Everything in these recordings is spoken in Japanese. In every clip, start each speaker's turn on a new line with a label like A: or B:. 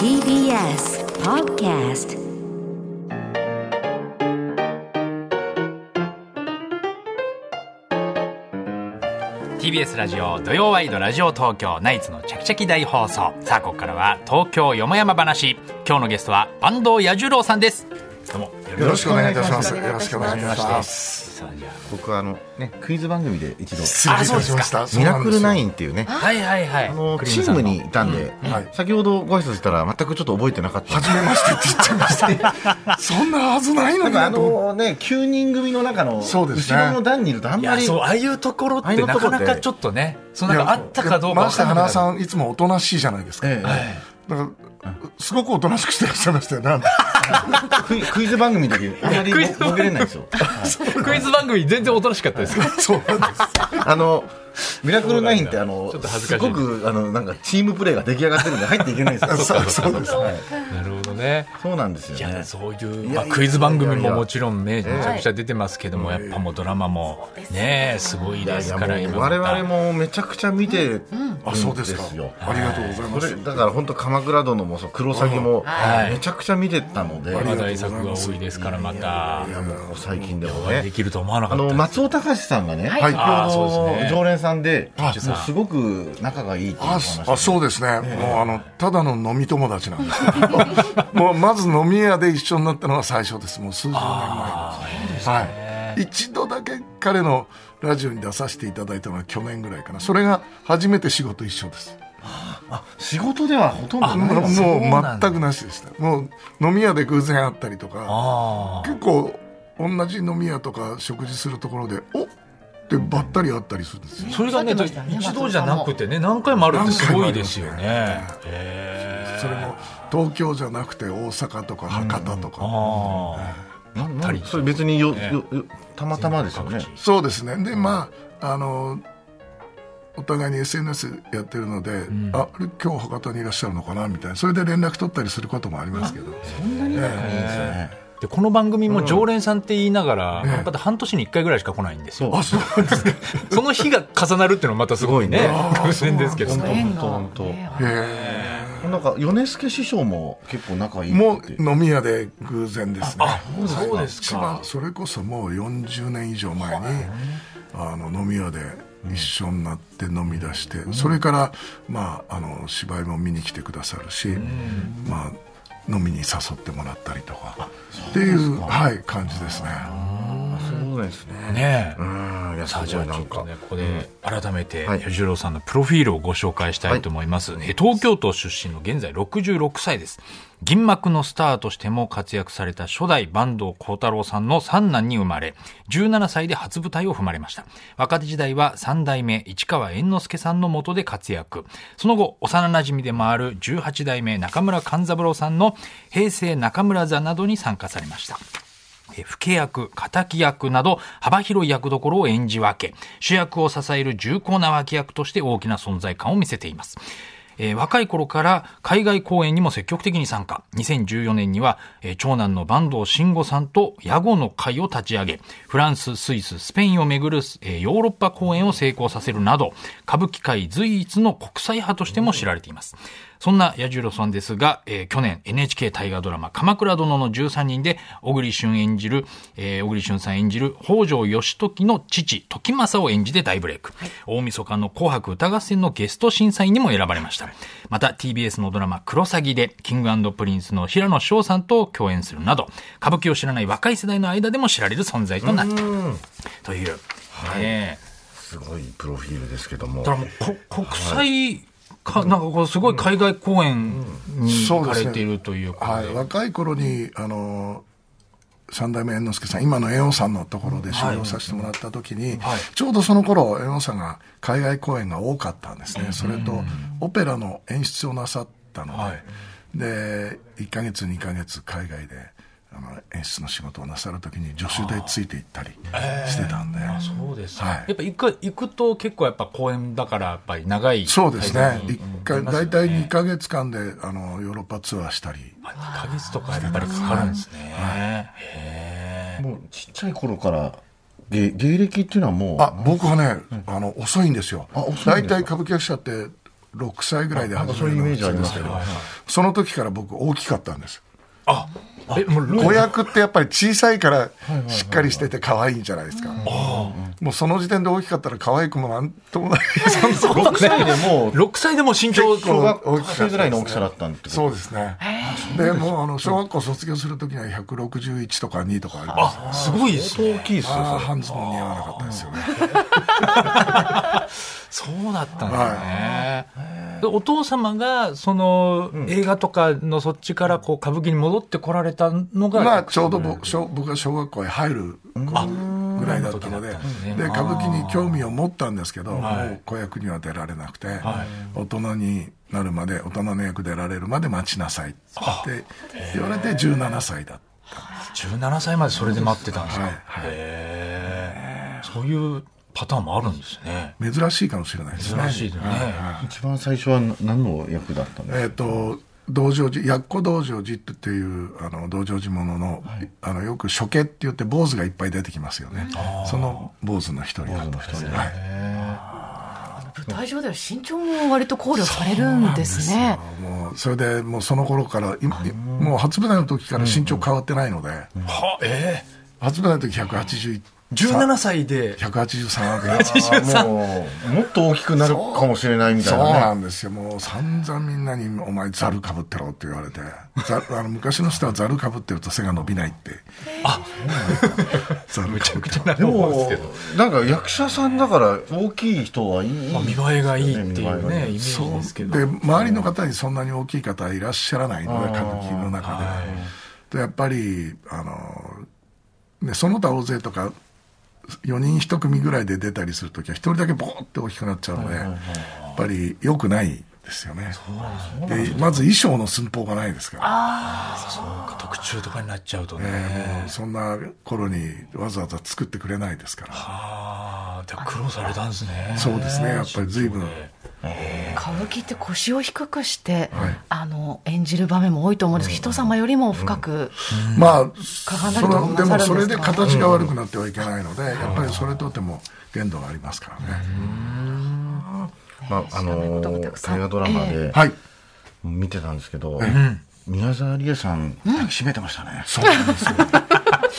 A: TBS Podcast
B: ー TBS ラジオ土曜ワイドラジオ東京ナイツのチャキチャキ大放送さあここからは東京よもやま話今日のゲストは坂東彌十郎さんですどうも
C: よろしくお願いいたします。
A: よ
C: よ
A: ろ
C: ろ
A: し
C: し
A: く
C: く
A: お
C: お
A: 願
C: 願
A: い
C: い
A: い
C: したま
A: し
C: す。
B: さあじゃ
D: 僕はあのねクイズ番組で一度
C: 失礼いたしました。
D: ミラクルナイ
C: ン。
D: ンっていうね
B: あはいはいはい
D: あの
B: クリ
D: チ
B: ー
D: ー
B: さん
D: ム
B: の
D: にいたんで、
C: はい
D: 先ほどご挨拶したら全くちょっと覚えてなかった
C: 初めましてって言っちゃいました。そんなはずないの
D: なん
C: に
D: かあ
C: なと思っ
D: のね9人組の中の
C: そ
D: 後
C: うですね
D: ろの段にいるとあん
B: い
D: ま
B: や
D: り
B: そうああいうところっ
D: ああい
B: て
D: う
B: な
D: とこ
B: か
D: ろで
B: なかちょっとねそ
C: て。
B: のなんかあったかどうか
C: 回
B: わ
C: した
B: かんな
C: 花
B: くなる
C: さんいつもおとなしいじゃないですか。
D: ええ
C: だからすごくおとなしくしてらっしゃいましたよ。なんか
D: クイクイズ番組の時あんまり
B: クイズ番組
D: 僕れないんですよ
B: クイズ番組全然おとなしかったですけど
C: そうなんです。
D: あのミラクルナインってあの
B: ちょっと恥ず
D: す
B: かしい
D: ごくあのなんかチームプレーが出来上がってるんで入っていけない んですよ
C: そうそうです。
D: はい
B: なるほどね
D: そうなんですよ
B: いや
D: ね
B: そうい、
D: いう
B: ま
D: や
B: あ、
D: いや
B: クイズ番組
D: いや
B: も
D: いや
B: もちろんねめちゃくちゃ出てますけども、やっぱもうドラマもねすごい
D: いや
B: で
D: い
B: す
D: や
B: から
D: も
B: 今
D: う
B: ま
D: 我
B: た
D: 々もめちゃくちゃ見てるん
C: あ、そうですか。
D: よ
C: ありがとうござい
D: こ
C: ま
D: れ
C: す。
D: だから本当鎌倉殿もそうクロサギも
B: はい
D: めちゃくちゃ見てたので、
C: あり
B: ま
C: が
B: あ
C: とうござい
B: 大
C: ます
B: 作が多いですからまた
D: いやもう最近でも
B: お会いで
D: ね
B: きると思わなか
D: あ
B: った
D: の
B: です
D: 松尾隆さんがね、
A: はい
D: 先
B: あー
D: ほ
B: そうで
D: ど
B: すね
D: 常連さんで、
C: あ
D: もうすごく仲がいいっていう
C: あ
D: お話
C: あそうですね、もうあのただの飲み友達なんですけどもうまず飲み屋で一緒になったのが最初ですもう数十年前ですはい、一度だけ彼のラジオに出させていただいたのは去年ぐらいかなそれが初めて仕事一緒です
D: 仕事ではほとんどない
C: もう
D: です
C: もう
B: そうなんだ
C: 全くなしでしたもう飲み屋で偶然会ったりとか
B: あ
C: 結構同じ飲み屋とか食事するところでおっってばったり会ったりするんですよ
B: ーそれがね
A: おっしゃってましたね
B: 一度じゃなくてね何回もあるってすごいですよ
C: 何
B: ねへ
C: それも東京じゃなくて大阪とか博多とか、
B: ああ
D: なん
B: ぱり
D: それ別によ、
B: ね
D: よよたまたまですよ
B: 全
D: ね
B: 国各地
C: そうですね。で、まあ、あの、お互いに SNS やってるので、あ、あれ今日博多にいらっしゃるのかなみたいな。それで連絡取ったりすることもありますけど。
D: そんなに仲いいんですよね
B: でこの番組も常連さんって言いながら、
C: うん
B: やっぱり半年に1回ぐらいしか来ないんですよ
D: そう
C: あ、そうなんですね。
B: その日が重なるっていうのもまたすごいね
D: す
B: 偶然ですけど
D: 本当
A: 縁が
D: 本当
A: ね
C: へえ
D: なんか米助師匠も結構仲いい
C: も
D: っ
C: う
D: て
C: 飲み屋で偶然ですね。
B: そうです
C: 一番、それこそもう40年以上前に、あの、飲み屋で、一緒になって飲み出して、それから、まあ、あの芝居も見に来てくださるし、まあ、飲みに誘ってもらったりとかっていうはい、感じですね。
D: そうですね
B: ねえ
D: うんいやす
B: さあじゃ
D: ご
B: あ
D: いな
B: ちょ
D: ん
B: っと
D: か
B: ねここで改めて
D: はい
B: 彌十郎さんのプロフィールをご紹介したいと思います、え東京都出身の現在66歳です銀幕のスターとしても活躍された初代坂東幸太郎さんの三男に生まれ17歳で初舞台を踏まれました若手時代は三代目市川猿之助さんの下で活躍その後幼なじみでもある18代目中村勘三郎さんの平成中村座などに参加されましたえー老け役、敵役など幅広い役どころを演じ分け、主役を支える重厚な脇役として大きな存在感を見せています。えー若い頃から海外公演にも積極的に参加。2014年には、えー長男の坂東慎吾さんと野後の会を立ち上げ、フランス、スイス、スペインをめぐる、えーヨーロッパ公演を成功させるなど、歌舞伎界随一の国際派としても知られています。そんな彌十郎さんですが、えー去年 NHK 大河ドラマ「鎌倉殿の13人」で小栗旬演じる、えー小栗旬さん演じる北条義時の父時政を演じて大ブレイク、大晦日の「紅白歌合戦」のゲスト審査員にも選ばれましたまた TBS のドラマ「クロサギ」でキングプリンスの平野紫耀さんと共演するなど歌舞伎を知らない若い世代の間でも知られる存在となったという、ねえ
D: すごいプロフィールですけども
B: だからもうこ国際か、なんかこうすごい海外公演に行かれているということ
C: は
B: で。
C: い、若い頃にあの三代目猿之助さん今の猿翁さんのところで修行させてもらった時に、
B: はい
C: ちょうどその頃猿翁さんが海外公演が多かったんですね、それとオペラの演出をなさったので、
B: はい
C: で1ヶ月2ヶ月海外であの演出の仕事をなさる時に助手でついていったりしてたんで、
B: そうです、
C: はい
B: やっぱ行く行くと結構やっぱ公演だからやっぱり長い
C: そうですね一回
B: だ
C: 大
B: いたい
C: 体2ヶ月間であのヨーロッパツアーしたり
B: 2ヶ月とかやっぱりかかるんですね、へえ
D: もうちっちゃい頃から芸芸歴っていうのはもう
C: あ僕はね、あの遅いんですよ
D: あ遅いんですか
C: 大体歌舞伎役者って6歳ぐらいで始
D: そう
C: め
D: いうイ
C: る
D: メ
C: ん
D: ージあり
C: で
D: ますす
C: け
D: けど
C: ど、その時から僕大きかったんです。
B: あえもう
C: 子役ってやっぱり小さいからしっかりしてて可愛いんじゃないですか。もうその時点で大きかったら可愛くもなんと もない。
D: 6歳でもう
B: 6歳でもう身長
C: 結
D: 小
C: 構
D: 学生ぐらいの大きさだったんってこと
C: そうですね。で、もうあの、小学校卒業する時には161とか2とかあります。
B: あすごいですね
D: 大きいっすよ
C: ああ、半ズボン似合わなかったですよね。
B: そうだったんですね、でお父様がその映画とかのそっちからこう歌舞伎に戻ってこられたのが、
C: まあ、ちょうど僕小僕が小学校へ入る頃ぐらいだったので
B: あそういう時だったんですね
C: で歌舞伎に興味を持ったんですけど、
B: はい
C: もう子役には出られなくて、
B: は
C: 大人になるまで大人の役出られるまで待ちなさいって言われて17歳だっ
B: 17歳までそれで待ってたんですか、
C: はい
B: へえそういうパターンもあるんですね
C: た珍しいかもしれないですね
B: 珍しいですね、
D: 一番最初は何の役だったんですか
C: えっ、と道場寺やっこ道場寺っていうあの道場寺ものの,、あのよく処刑って言って坊主がいっぱい出てきますよねその坊主の一人だったんです、はい
E: 舞台上では身長も割と考慮されるんですね。
C: もうそれでもうその頃からいいもう初舞台の時から身長変わってないので、
B: はえ
C: 初舞台の時180
B: え17歳で
C: 183あ
B: あー
D: もうもっと大きくなるかもしれないみた
C: そ
D: いうな
C: な
D: ね
C: んですよもう散々みんなに「お前ざるかぶってろ」って言われてざあの昔の人はざるかぶってると背が伸びないってあざるかぶってろ
D: でもなんか役者さんだから大きい人はいい
B: まあ見栄えがいいっていうねイメー
C: そ
B: ジですけ
C: う
B: ど
C: で周りの方にそんなに大きい方はいらっしゃらないので歌舞伎の中ででやっぱりあの、ね、その他大勢とか4人1組ぐらいで出たりするときは1人だけボーって大きくなっちゃうので、やっぱり良くないですよねでまず衣装の寸法がないですから
B: 特注とかになっちゃうとね、
C: もうそんな頃にわざわざ作ってくれないですから
B: ああじゃあ苦労されたんですね
C: そうですねやっぱり随分
E: 歌舞伎って腰を低くして、
C: はい
E: あの演じる場面も多いと思うんですけど、人様よりも深く、
C: まあ、
E: かな
C: そ
E: りと
C: ので
E: なさ
C: も
E: る
C: そ
E: んで
C: れ
E: すか
C: で形が悪くなってはいけないので、やっぱりそれとても限度がありますからね。
D: まああの大河ドラマで
C: はい。
D: 見てたんですけど宮沢りえさん抱きしめてましたね
C: そうなんですよ。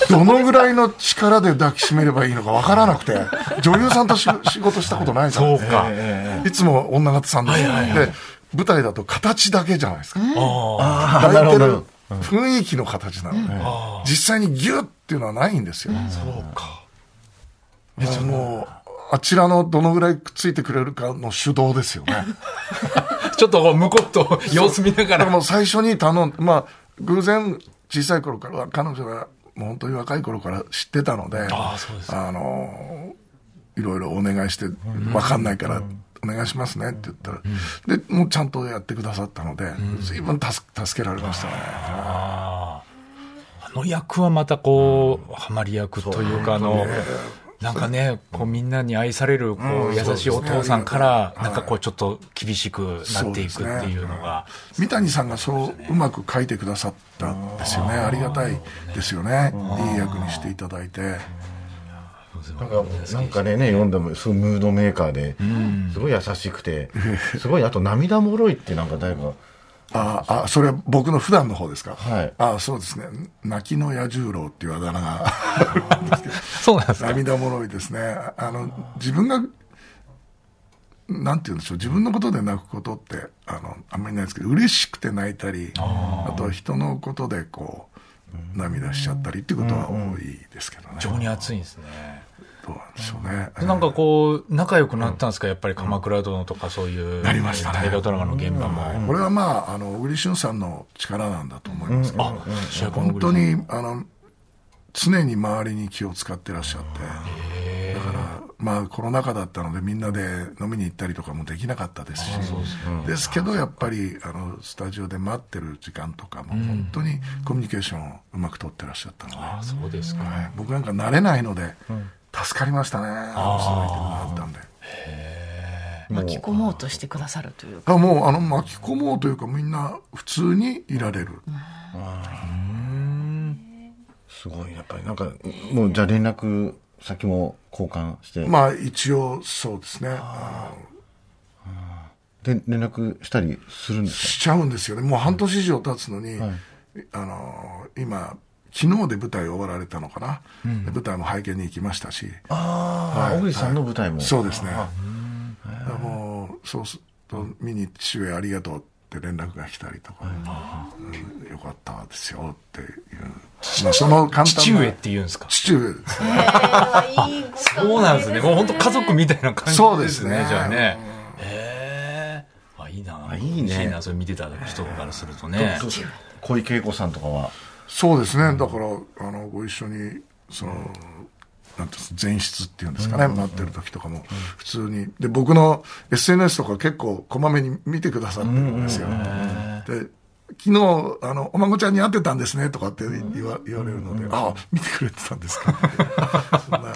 C: どのぐらいの力で抱きしめればいいのかわからなくて、女優さんとし仕事したことないか
B: そう
C: ら、
B: か、
C: いつも女方さんで,、で、舞台だと形だけじゃないですか。抱いてる雰囲気の形なので、実際にギュッっていうのはないんですよ。
B: そうか
C: もうもう、あちらのどのぐらいくっついてくれるかの主導ですよね。
B: ちょっとこう向こうと様子見なが
C: だから
B: ら
C: もう最初に頼んまあ、偶然、小さい頃から、彼女が、もう本当に若い頃から知ってたので、
B: ああそうです
C: あのいろいろお願いして、わかんないから、お願いしますねって言ったら、で、もうちゃんとやってくださったので、随分助助けられましたね。
B: あの役はまたこうハマり役というかあのなんかねこうみんなに愛されるこう優しいお父さんからなんかこうちょっと厳しくなっていくっていうのが
C: 三谷さんがそううまく書いてくださったんですよね。ありがたいですよね。いい役にしていただいて。
D: なんかなんかねね読んでもすごいムードメーカーですごい優しくてすごいあと涙もろいってなんか誰か
C: ああ、それは僕の普段の方ですか。
D: はい
C: あそうですね。泣きの彌十郎っていうあだ名が。
B: そうなんですか
C: 涙もろいですね。ああの、自分が、なんて言うんでしょう、自分のことで泣くことって、あの、あんまりないですけど、嬉しくて泣いたり、あとは人のことでこう、涙しちゃったりってことは多いですけどね。
B: 非常に熱いんですね
C: どうなんでしょうね。
B: なんかこう仲良くなったんですかやっぱり「鎌倉殿」とかそういう
C: なりましたね
B: 大河ドラマの現場も
C: これはまあ、あの、小栗旬さんの力なんだと思いますけど、
B: 主役の
C: 本当に、あの、常に周りに気を使ってらっしゃって、だから、まあ、コロナ禍だったので、みんなで飲みに行ったりとかもできなかったですし、ですけど、やっぱり、あの、スタジオで待ってる時間とかも、本当にコミュニケーションをうまく取ってらっしゃったので、
B: ああそうですか
C: はい僕なんか慣れないので、助かりましたね、あの人がいてもらったんで。
E: 巻き込もうとしてくださるというか、
C: あもうあの巻き込もうというかみんな普通にいられる、
D: すごいやっぱりなんかもうじゃあ連絡先も交換して
C: まあ一応そうですねあ
D: で連絡したりするんです
C: しちゃうんですよねもう半年以上経つのに、あの今昨日で舞台終わられたのかな、で舞台も拝見に行きましたし
D: かああ、
C: はい
D: 小栗さんの舞台も、
C: そうですねだからもうそうすると見に行って父上ありがとうって連絡が来たりとか、うんよかったですよっていう、まあ、その簡単な
B: 父上って言うんですか
C: 父上です
B: そうなんですね。もう本当家族みたいな感じ
C: そう
B: で
C: ですす
B: ね。
C: ね
B: じゃあね。へえ。あ、いいな。
D: あいいね
B: いいな。それ見てた人からするとね。
D: そうそう小池恵子さんとかは
C: そうですね、だからあのご一緒にその、なんていうんです前室っていうんですかね、待ってる時とかも普通にで僕の SNS とか結構こまめに見てくださってるんですよ、で昨日あの「お孫ちゃんに会ってたんですね」とかって言わ,、言われるので「ああ見てくれてたんですか」 そんな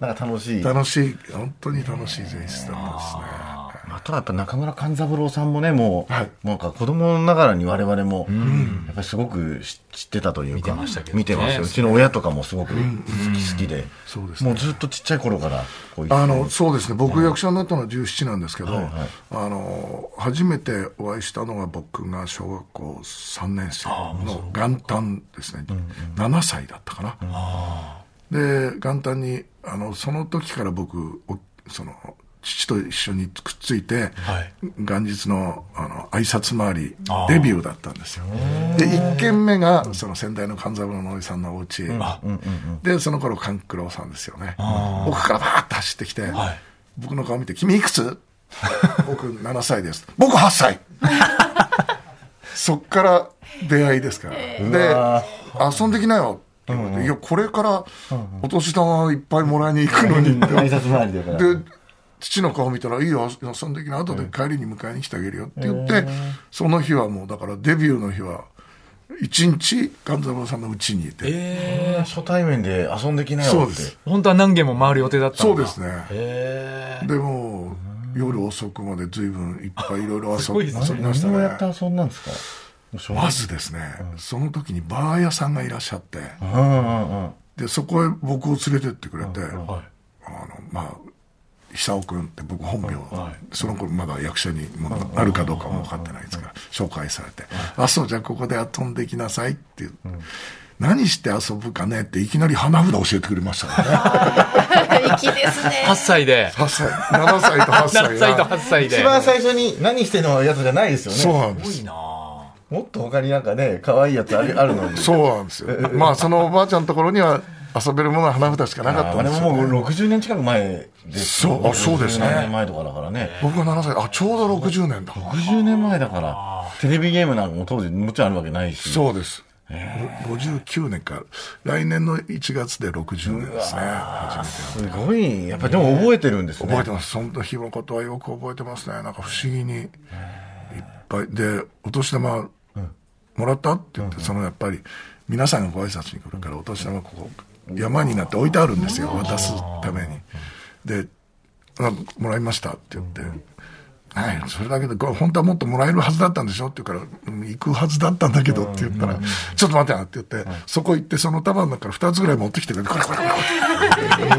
D: なんか楽しい
C: 楽しい本当に楽しい前室だったですね
D: あとはやっぱ中村勘三郎さんもねもう、
C: はい
D: なんか子供ながらに我々も、やっぱりすごく知知ってたというか見
B: てましたけどね
D: 見てますようちの親とかもすごく好き好きで、
C: そうですね
D: もうずっとちっちゃい頃からこう一緒に
C: あのそうですね僕役者になったのは17なんですけど、
D: はいはい
C: あの初めてお会いしたのが僕が小学校3年生の元旦ですね、7歳だったかな、で元旦にあのその時から僕おその父と一緒にくっついて、
B: はい
C: 元日のあの挨拶回り
B: あー
C: デビューだったんですよで1軒目がその先代の勘三郎のおじさんのお家、
B: あ
C: でその頃勘九郎さんですよね奥からバーッと走ってきて、
B: はい
C: 僕の顔見て「君いくつ? 」僕7歳です僕8歳 そっから出会いですからで遊んできなよって言われて、いやこれからお年玉いっぱいもらいに行くのにって
D: 挨拶回りだから
C: で父の顔見たら「いいよ遊んできな後で帰りに迎えに来てあげるよ」って言って、その日はもうだからデビューの日は一日勘三郎さんの家にいて、
B: ええ。
D: 初対面で遊んできなよって
C: そうです
B: 本当は何軒も回る予定だった
C: そ
B: ん
C: う
B: だ
C: ですね
B: へえ。
C: でも夜遅くまで随分いっぱいいろいろ
B: す
C: 遊
B: ごい
C: び
B: ですね
C: 遊びまし
D: 何
C: た
D: をやっ
C: ね
D: て遊んだんですか小学
C: まずですね、その時にバー屋さんがいらっしゃって
D: うんうんうん
C: でそこへ僕を連れてってくれて、
B: はい。
C: あのまあ久男君って僕本名、その頃まだ役者にもなるかどうかも分かってないですから、紹介されて「あそうじゃあここで遊んできなさい」っていう、何して遊ぶかねっていきなり花札教えてくれましたからね
E: 粋です ね。
B: 8歳で。
C: 8歳7歳と8
B: 7
C: 歳
B: 歳と8歳で。
D: 一番最初に何してんのやつじゃないですよね
C: そうなんです
B: ごいな
D: もっと他になんかね可愛いやつ あるあるのに
C: そうなんですよ。まあ、そのおばあちゃんのところには遊べるものは花札しかなかった
D: あ
C: ん
D: れ
C: ですよ、
D: もも
C: ね。
D: う60年近く前ですよ
C: そうあそうですね
D: 60年前とかだからね
C: 僕が7歳、あ、ちょうど60年だ。
D: 60年前だからテレビゲームなんかも当時もちろんあるわけないし
C: そうです。59年か。来年の1月で60年ですね。初めて。
D: すごいやっぱでも覚えてるんですね
C: 覚えてます。その日のことはよく覚えてますね。なんか不思議にいっぱい。で、お年玉もらったって言って、そのやっぱり皆さんがご挨拶に来るから、お年玉ここ山になって置いてあるんですよ。渡すために。で、あもらいましたって言って。はい、それだけで、これ本当はもっともらえるはずだったんでしょって言うから、うん行くはずだったんだけどって言ったら、ちょっと待ってなって言って、そこ行って、その束の中から2つぐらい持ってきてくれて、これこれこ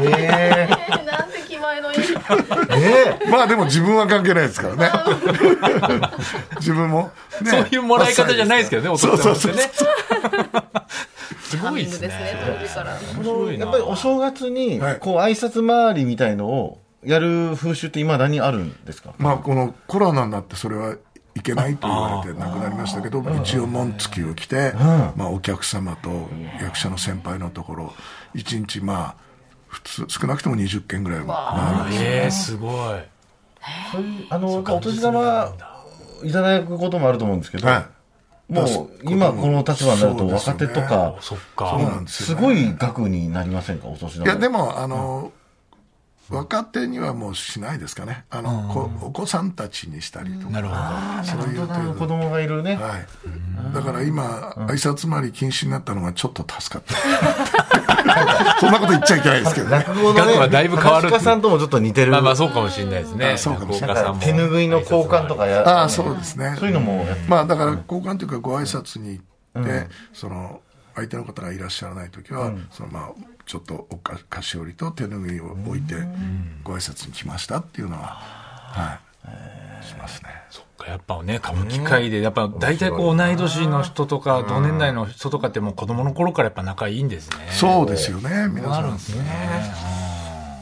C: れこれ。
D: え
E: なんて気前のいい。
D: ー、え
C: まあでも自分は関係ないですか らね。自分も、ね
B: そういうもらい方じゃないですけどね、お
C: そ
B: 父
C: う
B: さ
C: そ
B: ん
C: う
B: って
C: そう。
B: ね。すごいです
E: ですね
B: ね。。
E: 当時から。
D: ー、
B: 面白いな
D: やっぱりお正月に
C: はい
D: こう挨拶回りみたいのをやる風習っていまだにあるんですか
C: まあこのコロナになってそれはいけないと言われて亡くなりましたけど、一応紋付きを着て、まあお客様と役者の先輩のところ、一日まあ、普通、少なくとも20件ぐらいは。
B: ええ、すごい。
D: そういうあのお年玉いただくこともあると思うんですけど、
C: は
D: も
C: そう
D: 今この立場になると
C: そうですよ
D: 若
C: ね
D: 手とか
B: そっ
C: い。そう
B: か。
C: なんです
D: す
C: よ、ね。
D: ごい額になりませんかお年玉
C: いや、でも、あの、若手にはもうしないですかね。あの、こお子さんたちにしたりとか。
B: なるほど。
C: そういう程度
D: 子供がいるね、
C: はい。だから今、挨拶回り禁止になったのがちょっと助かった。 そんなこと言っちゃいけないですけどね。
D: 落語
B: 額はだいぶ変わる
D: 話し家さんともちょっと似てる、
B: まあまあそうかもしれないですね。
C: あそうかもしれ
D: な
C: なん
B: 落語家さ
D: か
B: んも
D: 手拭いの交換とかや
C: ああ、そうですね。
D: そういうのもやっ
C: まあだから交換というかご挨拶に行って、その、相手の方がいらっしゃらないときは、そのまあ、ちょっとお菓子折りと手拭いを置いて、ご挨拶に来ましたっていうのは、はい。しますね。
B: そっか、やっぱね、歌舞伎界で、やっぱ大体こう同い年の人とか、同年代の人とかってもう子供の頃からやっぱ仲いいんですね。
C: そうですよね、
B: う
C: 皆
B: な
C: さ
B: るん
C: ん
B: で。すね。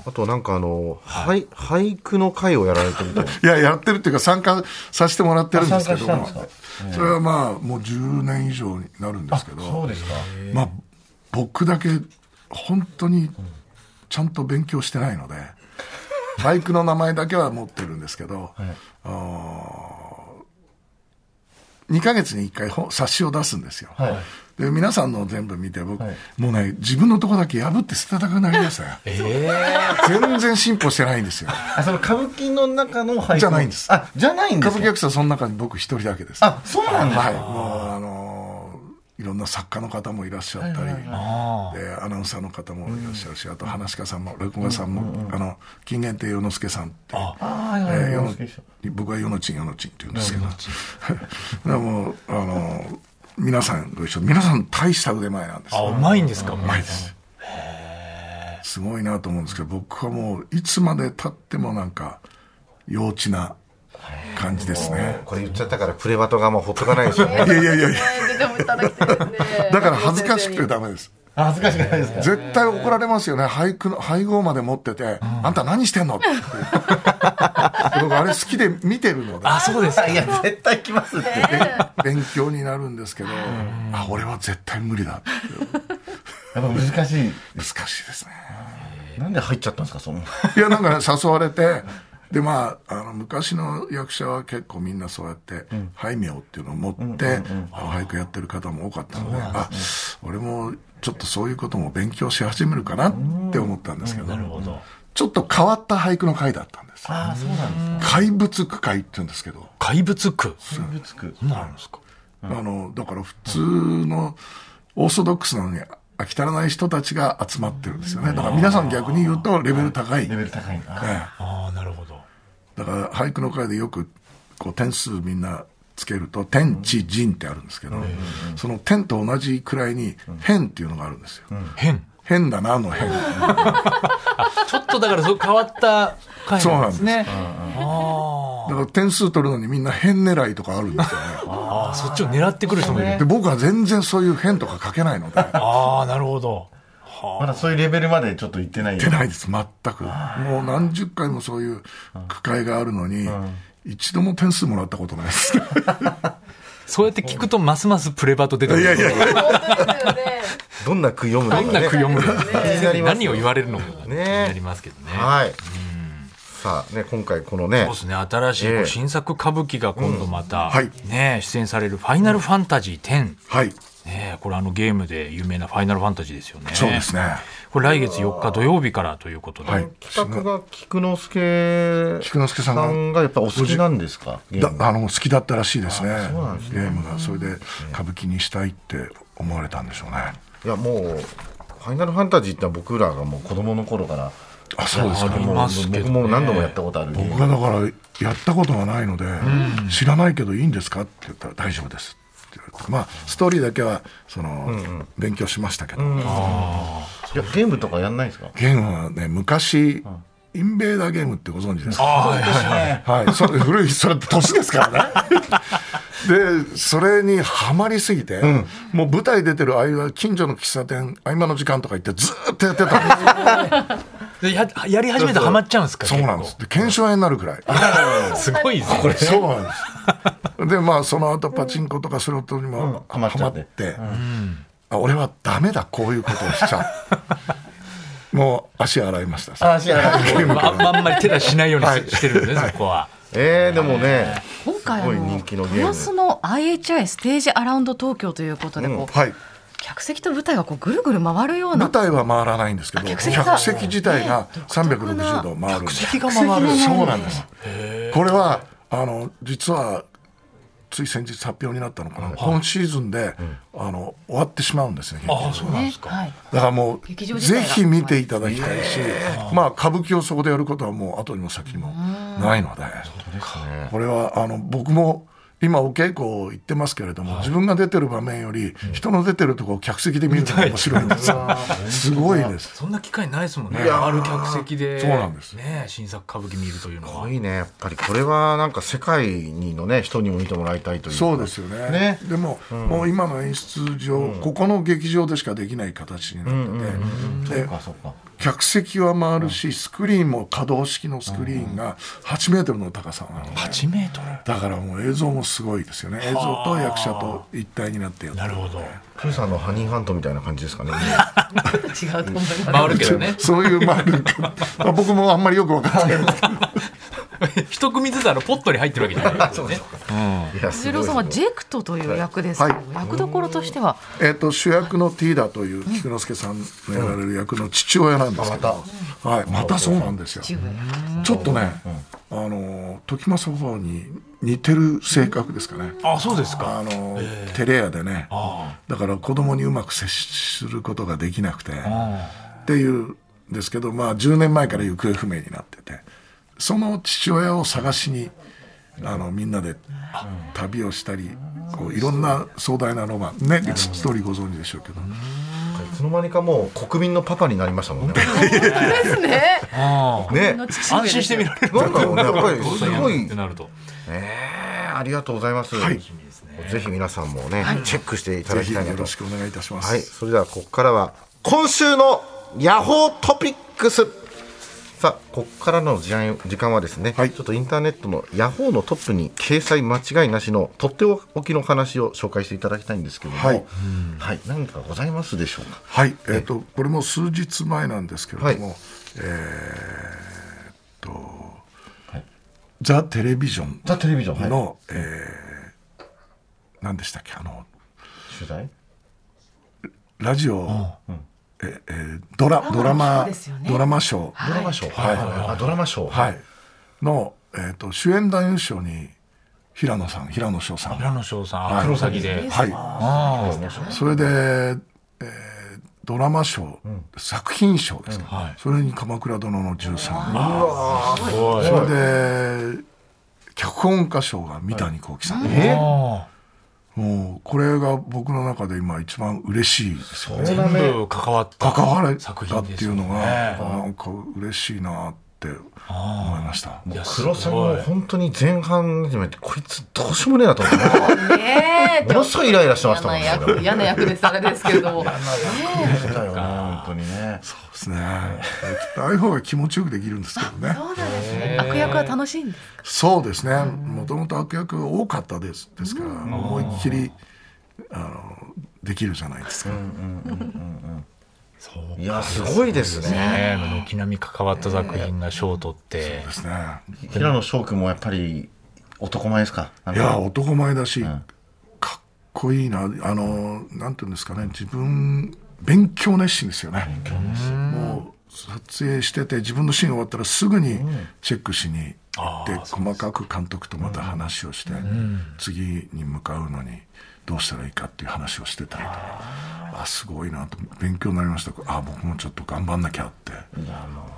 D: あとなんかあの、はい、俳句の会をやられてると。
C: いや、やってるっていうか、参加させてもらってるんですけど
D: あ参加したんで
C: それはまあ、もう10年以上になるんですけど、
D: すか。
C: まあ、僕だけ、本当に、ちゃんと勉強してないので、バイクの名前だけは持ってるんですけど、2ヶ月に1回ほ冊子を出すんですよ。
D: はい。
C: で、皆さんのを全部見て、僕、
D: はい
C: もうね、自分のとこだけ破って捨てたくなりました よ。
B: ええ
C: 全然進歩してないんですよ。
D: あ、その歌舞伎の中の俳句。
C: じゃないんです
D: あ、じゃないんで
C: 歌
D: す
C: 舞伎
D: か。
C: 役者はその中に僕一人だけです。
D: あ、そうなんです
C: はい、
D: か。
C: もうあのーいろんな作家の方もいらっしゃったり、でアナウンサーの方もいらっしゃるし、あと話し家さんも落語家さんも、あの金元亭与之助さんっていう
D: ああ、い
C: え
D: や
C: ー
D: いや
C: 世の僕は世のちん世のちんって言うんですけどだからもうあのー皆さんご一緒皆さん大した腕前なんです
B: あ、うまいんですか、うま
C: いです。すごいなと思うんですけど僕はもういつまでたってもなんか幼稚な感じです ね
D: これ言っちゃったから、プレバトがもうほっとかないですよね。
C: いやいやいやいや
E: 出てもいただきたいですね。
C: だから恥ずかしくてダメです
D: 恥ずかしくないですか。
C: 絶対怒られますよね。俳句の、配合まで持ってて、あんた何してん のって。僕、あれ好きで見てるので、
B: あ、そうですか。
D: いや、絶対来ますって。や
C: 勉強になるんですけど、あ、俺は絶対無理だって。
D: っぱ難しい。
C: 難しいですね。
D: なんで入っちゃったんですか、その。
C: いや、なんかね、誘われて、で、まあ、あの、昔の役者は結構みんなそうやって、俳名っていうのを持って、あ俳句やってる方も多かったので、あ、俺もちょっとそういうことも勉強し始めるかなって思ったんですけど、
B: ほど。
C: ちょっと変わった俳句の回だったんです。
D: ああ、そうなんですか。
C: 怪物区会って言うんですけど、
B: 怪物区。
D: 怪物区。
B: そんなのあるんですか。
C: あのだから普通のオーソドックスなのに飽き足らない人たちが集まってるんですよねだから皆さん逆に言うとレベル高い、
D: レ
C: え
D: ベル高いな。
C: え
B: ああ、なるほど。
C: だから俳句の会でよくこう点数みんなつけると「天地人」ってあるんですけど、その「天」と同じくらいに「変」っていうのがあるんですよ、
B: 変。
C: 変だなの変
B: ちょっとだから、そう変わった回
C: そう
B: な
C: なんん
B: で
C: で
B: ね。
C: すすだから点数取るのにみんな変狙いとかあるんですよね
B: ああ、そっちを狙ってくる人もいる。
C: で僕は全然そういう変とか書けないので
B: ああ、なるほど。
D: まだそういうレベルまでちょっと行ってない
C: 行ってないです全くもう何十回もそういう区会があるのに一度も点数もらったことないです い
B: そうやって聞くと、ますますプレバト出てくる。
C: やいやいや
E: 本当ですよね。
D: どんな句読むの
B: どんな句読むの
D: になりますよ
B: 何を言われるのか気に
D: ね
B: なりますけどね。
D: はい。さあね、今回この
B: そ
D: ね
B: うで、すね新しいこ
D: え
B: う
D: え
B: 新作歌舞伎が今度また、
C: はい
B: ね、出演される「ファイナルファンタジー10
C: はい」
B: ね、これあのゲームで有名な「ファイナルファンタジー」ですよね。
C: そうですね
B: これ来月4日土曜日からということで、
C: はい
D: 企画が菊之助
C: 菊之助さんが
D: さんがやっぱお好きなんですかゲ
C: だ
D: ーム
C: あの好きだったらしいですね
D: そうなんです
C: ゲームがそれで歌舞伎にしたいって思われたんでしょうね
D: いやもう「ファイナルファンタジー」ってのは僕らがもう子供の頃から
C: あそうです
B: あ
C: か
B: りますけどね
D: 僕も何度もやったことあるゲー
C: 僕
D: ム
C: がだからやったことがないので知らないけどいいんですかって言ったら大丈夫ですって言われてまあストーリーだけはその勉強しましたけど
D: いやゲームとかやんないですか
C: ゲームはね昔インベーダーゲームってご存知ですか
D: はい
C: はい、そ れ古いそれ年ですからねでそれにはまりすぎて、もう舞台出てる間近所の喫茶店合間の時間とか行ってずーっとやってたんで
B: でややり始めたらハマっちゃうんですか
C: す そうなんですで腱鞘炎になるくらい
B: 結構すごいですね
C: そうなんですでまあその後パチンコとかスロットにも
D: う
C: ハ
D: ん
C: マ
D: ハマ
C: っ
D: っち
C: て,、
D: ゃって
C: あ俺はダメだこういうことをしちゃ うもう足洗いました
D: ああ知らない
B: まああんまあんまり手出しないようにし,、てるんですねそこは。
D: えー、でもね
E: 今回あ
D: すごい人気のゲー
E: の
D: ム
E: 豊洲の IHI ステージアラウンド東京ということでこう、
C: はい
E: 客席と舞台がこうぐるぐる回るような
C: 舞台は回らないんですけど
E: あ
C: 客
E: 客席が
C: 席自体が
E: ね
C: 360度回るんです
B: 敵が回る
C: そうなんです。これはあの実はつい先日発表になったのかな。今シーズンで、あの終わってしまうんですね。
B: ああそうなん
E: ね
B: ですか。
E: はい、
C: だからも
E: 劇場
C: う
E: 自体
C: ぜ
E: が
C: ひ見ていただきたいし、まあ歌舞伎をそこでやることはもう後にも先にもないので、これはあの僕も今お稽古行ってますけれども、自分が出てる場面より人の出てるとこを客席で見るのが面白いん ですよすごいです
B: そんな機会ないですもんね
C: いやー
B: ある客席で
C: そうなんです
B: ね新作歌舞伎見るというの
D: すご
B: はい
D: ねやっぱりこれはなんか世界にのね人にも見てもらいたいというか
C: そうですよね
D: ね
C: でも、もう今の演出上、ここの劇場でしかできない形になってて、で
D: あそうか
C: 客席は回るし、スクリーンも可動式のスクリーンが8メートルの高さなので、
B: 8メートル
C: だからもう映像もすごいですよね映像と役者と一体になってやって
B: なるほど
D: プーさんのハニーハントみたいな感じですかね
E: 違うと思います。
B: 回るけどね
C: そういうまあなんかまあ僕もあんまりよく分かんない
B: 一組ずつあのポットに入ってるわけじゃ ないですよね
D: いや
E: 藤
D: す
E: 郎
D: ごい
E: さんはジェクトという役ですけど、役どころとしては、
C: えっと主役のティーダという菊之助さんのやられる役の父親なんですけど、はい、またそうなんですよ
E: チューブ
C: ちょっとね、あの時政馬場に似てる性格ですかね、
B: あそうですか
C: あの照れ屋でねだから子供にうまく接することができなくてっていうんですけど、まあ、10年前から行方不明になっててその父親を探しにあのみんなで旅をしたりこういろんな壮大なロマンねストーリーご存知でしょうけど
D: いつの間にかもう国民のパパになりまし たもんね
E: ですね。
B: あ
D: ね
E: の父
B: あ
E: 上
B: 安
E: です
B: 心して見られる
D: なんだろうねやっぱり
B: どう
D: す
B: だよ
D: ごい
B: ってなると
D: えーありがとうございます、
C: はい
D: ぜひ皆さんもね、チェックしていた
C: ぜ
D: だ
C: ひ
D: き
C: よ
D: たいなと
C: ろしくお願いいたします。
D: はい、それではここからは今週のヤホートピックスさあここからの時間時間はですね、
C: はい
D: ちょっとインターネットのヤホーのトップに掲載間違いなしのとっておきの話を紹介していただきたいんですけども、
C: は
D: はいい、何かございますでしょうか
C: はい、えっ、と、これも数日前なんですけれども、
D: はい
C: えーっと、ザ・テレビジョン
D: ザ・テレビジョンの
C: の、えー何でしたっけ、あの、
D: 取材
C: ラジオ、ええードラ、ドラ
E: の
C: マ
E: 人ですよ、ね
C: ドラマショー、
D: ドラマ賞、
C: はい
D: あドラマ賞、
C: はい、の、えーっと、主演男優賞に、平野さん、平野翔さん。
B: 平野翔さんあ黒崎で
C: はい。
B: あ
C: それで、えードラマ賞、作品賞ですか、
B: はい
C: それに「鎌倉殿の13人」
B: あすごい
C: それで脚本家賞が三谷幸喜さん、
D: え
B: あ
C: もうこれが僕の中で今一番嬉しいですよ
B: ー全部関わった
C: 関われた
B: 作
C: っ
B: 品で
C: て
B: す
C: い
B: よ
C: うのが、
B: ね
C: なんか嬉しいなって思いました
B: いやすご
D: 黒
B: い
D: さんも本当に前半始めてこいつどうしようもねえなと思 って
E: ねえ
D: ものすごいイライラしてましたもんね
E: 嫌な役嫌な役ですあれですけれど も。ね
D: だよね本当にね
C: そうですねああいう方が気持ちよくできるんですけど
E: え
C: ね
E: そうなんですね。悪役は楽しいんです。
C: そうですねもともと悪役が多かったですですから、思いっきりあのできるじゃないですか、
B: そう
D: いやすごいですね
B: ね軒並み関わった作品が賞を取って
C: ですね
D: 平野翔くんもやっぱり男前ですかなん
C: い
D: か
C: や男前だし、かっこいいなあのなんていうんですかね自分勉強熱心ですよねもう撮影してて自分のシーン終わったらすぐにチェックしに行って、細かく監督とまた話をして、次に向かうのにどうしたらいいかっていう話をしてたりとかあすごいなと勉強になりましたあ僕もちょっと頑張んなきゃって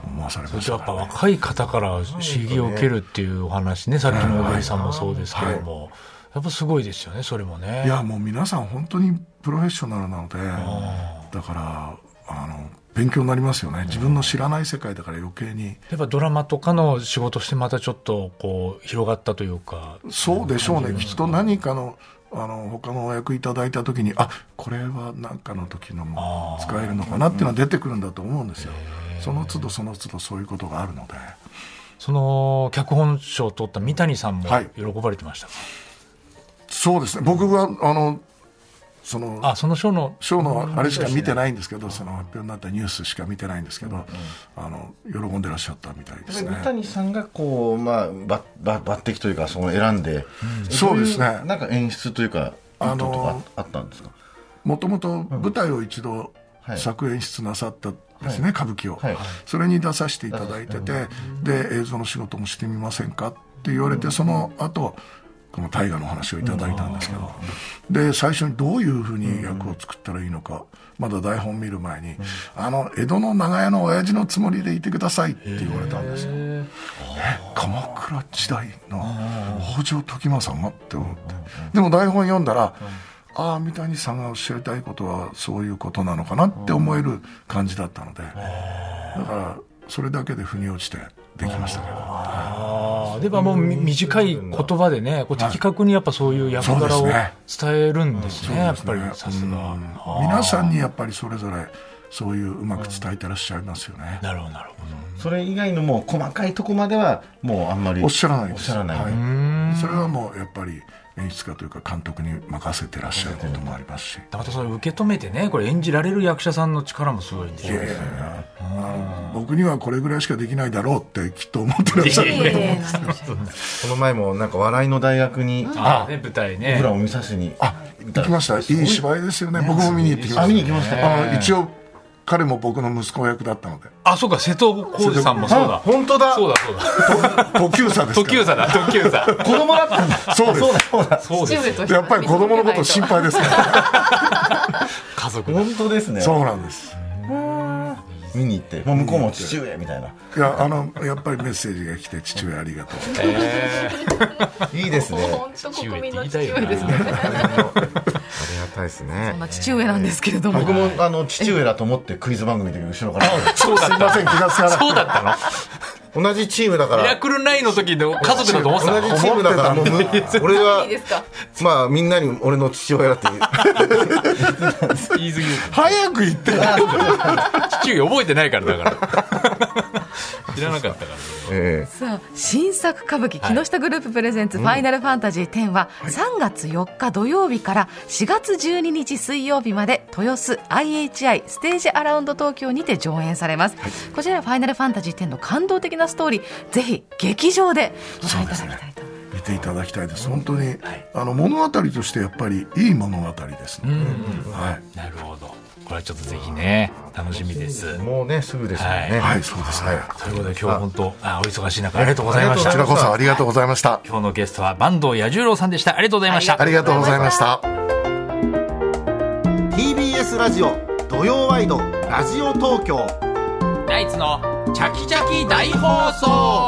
C: 思わされまし
B: や
C: た
B: っ
C: ね
B: ぱ若い方から刺激を受けるっていうお話ね、さっきの小栗さんもそうですけども、やっぱすごいですよね、それもね。
C: いやもう皆さん本当にプロフェッショナルなのでだからあの勉強になりますよね自分の知らない世界だから余計に
B: やっぱドラマとかの仕事してまたちょっとこう広がったというか、
C: そうでしょうねきっと何かのあの他のお役いただいた時にあこれは何かの時のも使えるのかなっていうのは出てくるんだと思うんですよその都度その都度そういうことがあるので
B: その脚本賞を取った三谷さんも
C: はい
B: 喜ばれてましたか、
C: そうですね僕はあのその
B: あ、その賞の、
C: ショーのあれしか見てないんですけどその発表になったニュースしか見てないんですけどあの喜んでらっしゃったみたいですね
D: 三谷さんがこう、まあ、ばば抜擢というかその選んで、
C: そうですね
D: いなんか演出というか意
C: あ
D: 図と
C: の
D: かああったんですか
C: もともと舞台を一度
D: はい
C: 作演出なさったですね、歌舞伎を、
D: はい
C: それに出させていただいてて、で映像の仕事もしてみませんかって言われて、その後この大河の話をいただいたんですけど、で最初にどういうふうに役を作ったらいいのか、まだ台本見る前に、あの江戸の長屋の親父のつもりでいてくださいって言われたんですよ。え鎌倉時代の北条時政がって思って、でも台本読んだら、ああ三谷さんがおっしゃりたいことはそういうことなのかなって思える感じだったので、だからそれだけで腑に落ちてできましたけど。
B: ああ、でももうみ短い言葉でね、こう的確にやっぱそういう役柄
C: そ
B: を
C: うで
B: 伝
C: す
B: えるんですね、やっ
C: そ
B: ぱ
C: う
B: り
C: ですね
B: さすが。
C: うん皆さんにやっぱりそれぞれそういううまく伝えてらっしゃいますよね、
B: なるほど、なるほ
D: それ以外のもう細かいとこまではもうあんまり
C: おっしゃらないです
D: おっしゃらない
C: は
B: ど。うーん
C: それはもうやっぱり演出家というか監督に任せてらっしゃることもありますし
B: またそれを受け止めてね、これ演じられる役者さんの力もすごいんでし
C: い
B: ょう
C: やい
B: ね
C: やいやあの僕にはこれぐらいしかできないだろうってきっと思ってらっしゃる
E: ええなんでしょう
D: この前もなんか笑いの大学に
B: ああ、ね、舞台ね
D: 僕。らを見さしにあ
C: 行きましたいい芝居ですよね僕も見に行ってきました
D: あ見に行きました
C: あの一応彼も僕の息子役だったので
B: あ、そうか、瀬戸康史さんもそうだ。
D: 本当だ
B: そうだ、そうだ。
C: と時差ですから
B: 時生さんだ、時生さん。
D: 子供だったん だ
C: そうです
D: そうだ
B: そうです。
E: 父上として
C: やっぱり子供のこと心配ですから、
B: 家族だ。
D: 本当ですね
C: そうなんです
D: 見に行ってもう向こうも父上みたいない
C: やあのやっぱりメッセージが来て父親ありがとう
D: いいですね
E: 本当国民の父上ですね。
D: ありがたいです
E: そん
D: ね
E: な父上なんですけれども。
D: 僕もあの父上だと思ってクイズ番組で後ろから
B: そうだった。
C: 気がつかなかった
B: そうだったの
D: 同じチームだか
B: ミラ
D: ら
B: クル9の時の家族だと思ってた
D: 同
B: の
D: じチームだからもうむ 俺
E: いいです
D: は
E: か。
D: まあみんなに俺の父親だって言う
B: 言い過ぎる
C: 早く言って
B: 父上覚えてないからだ から。知らなかったから。
D: ええ
E: さあ新作歌舞伎木下グループプレゼンツ、ファイナルファンタジー10は3月4日土曜日から4月12日水曜日まで豊洲 IHI ステージアラウンド東京にて上演されます、こちらはファイナルファンタジー10の感動的なストーリーぜひ劇場でご覧いただきたいと思います
C: 見ていただきたいです本当に、あの物語としてやっぱりいい物語ですね、はい、
B: なるほど。これはちょっとぜひね、楽しみです。
D: もうねすぐですよね
C: はい、そうですね、
B: ということで今日は本当、あ、お忙しい中ありがとうございまし
C: こ
B: た
C: ち。らこそありがとうございました
B: 今日のゲストは坂東彌十郎さんでした。ありがとうございました
C: あ。りがとうございました。
F: TBS ラジオ土曜ワイドラジオ東京
B: ナイツのチャキチャキ大放送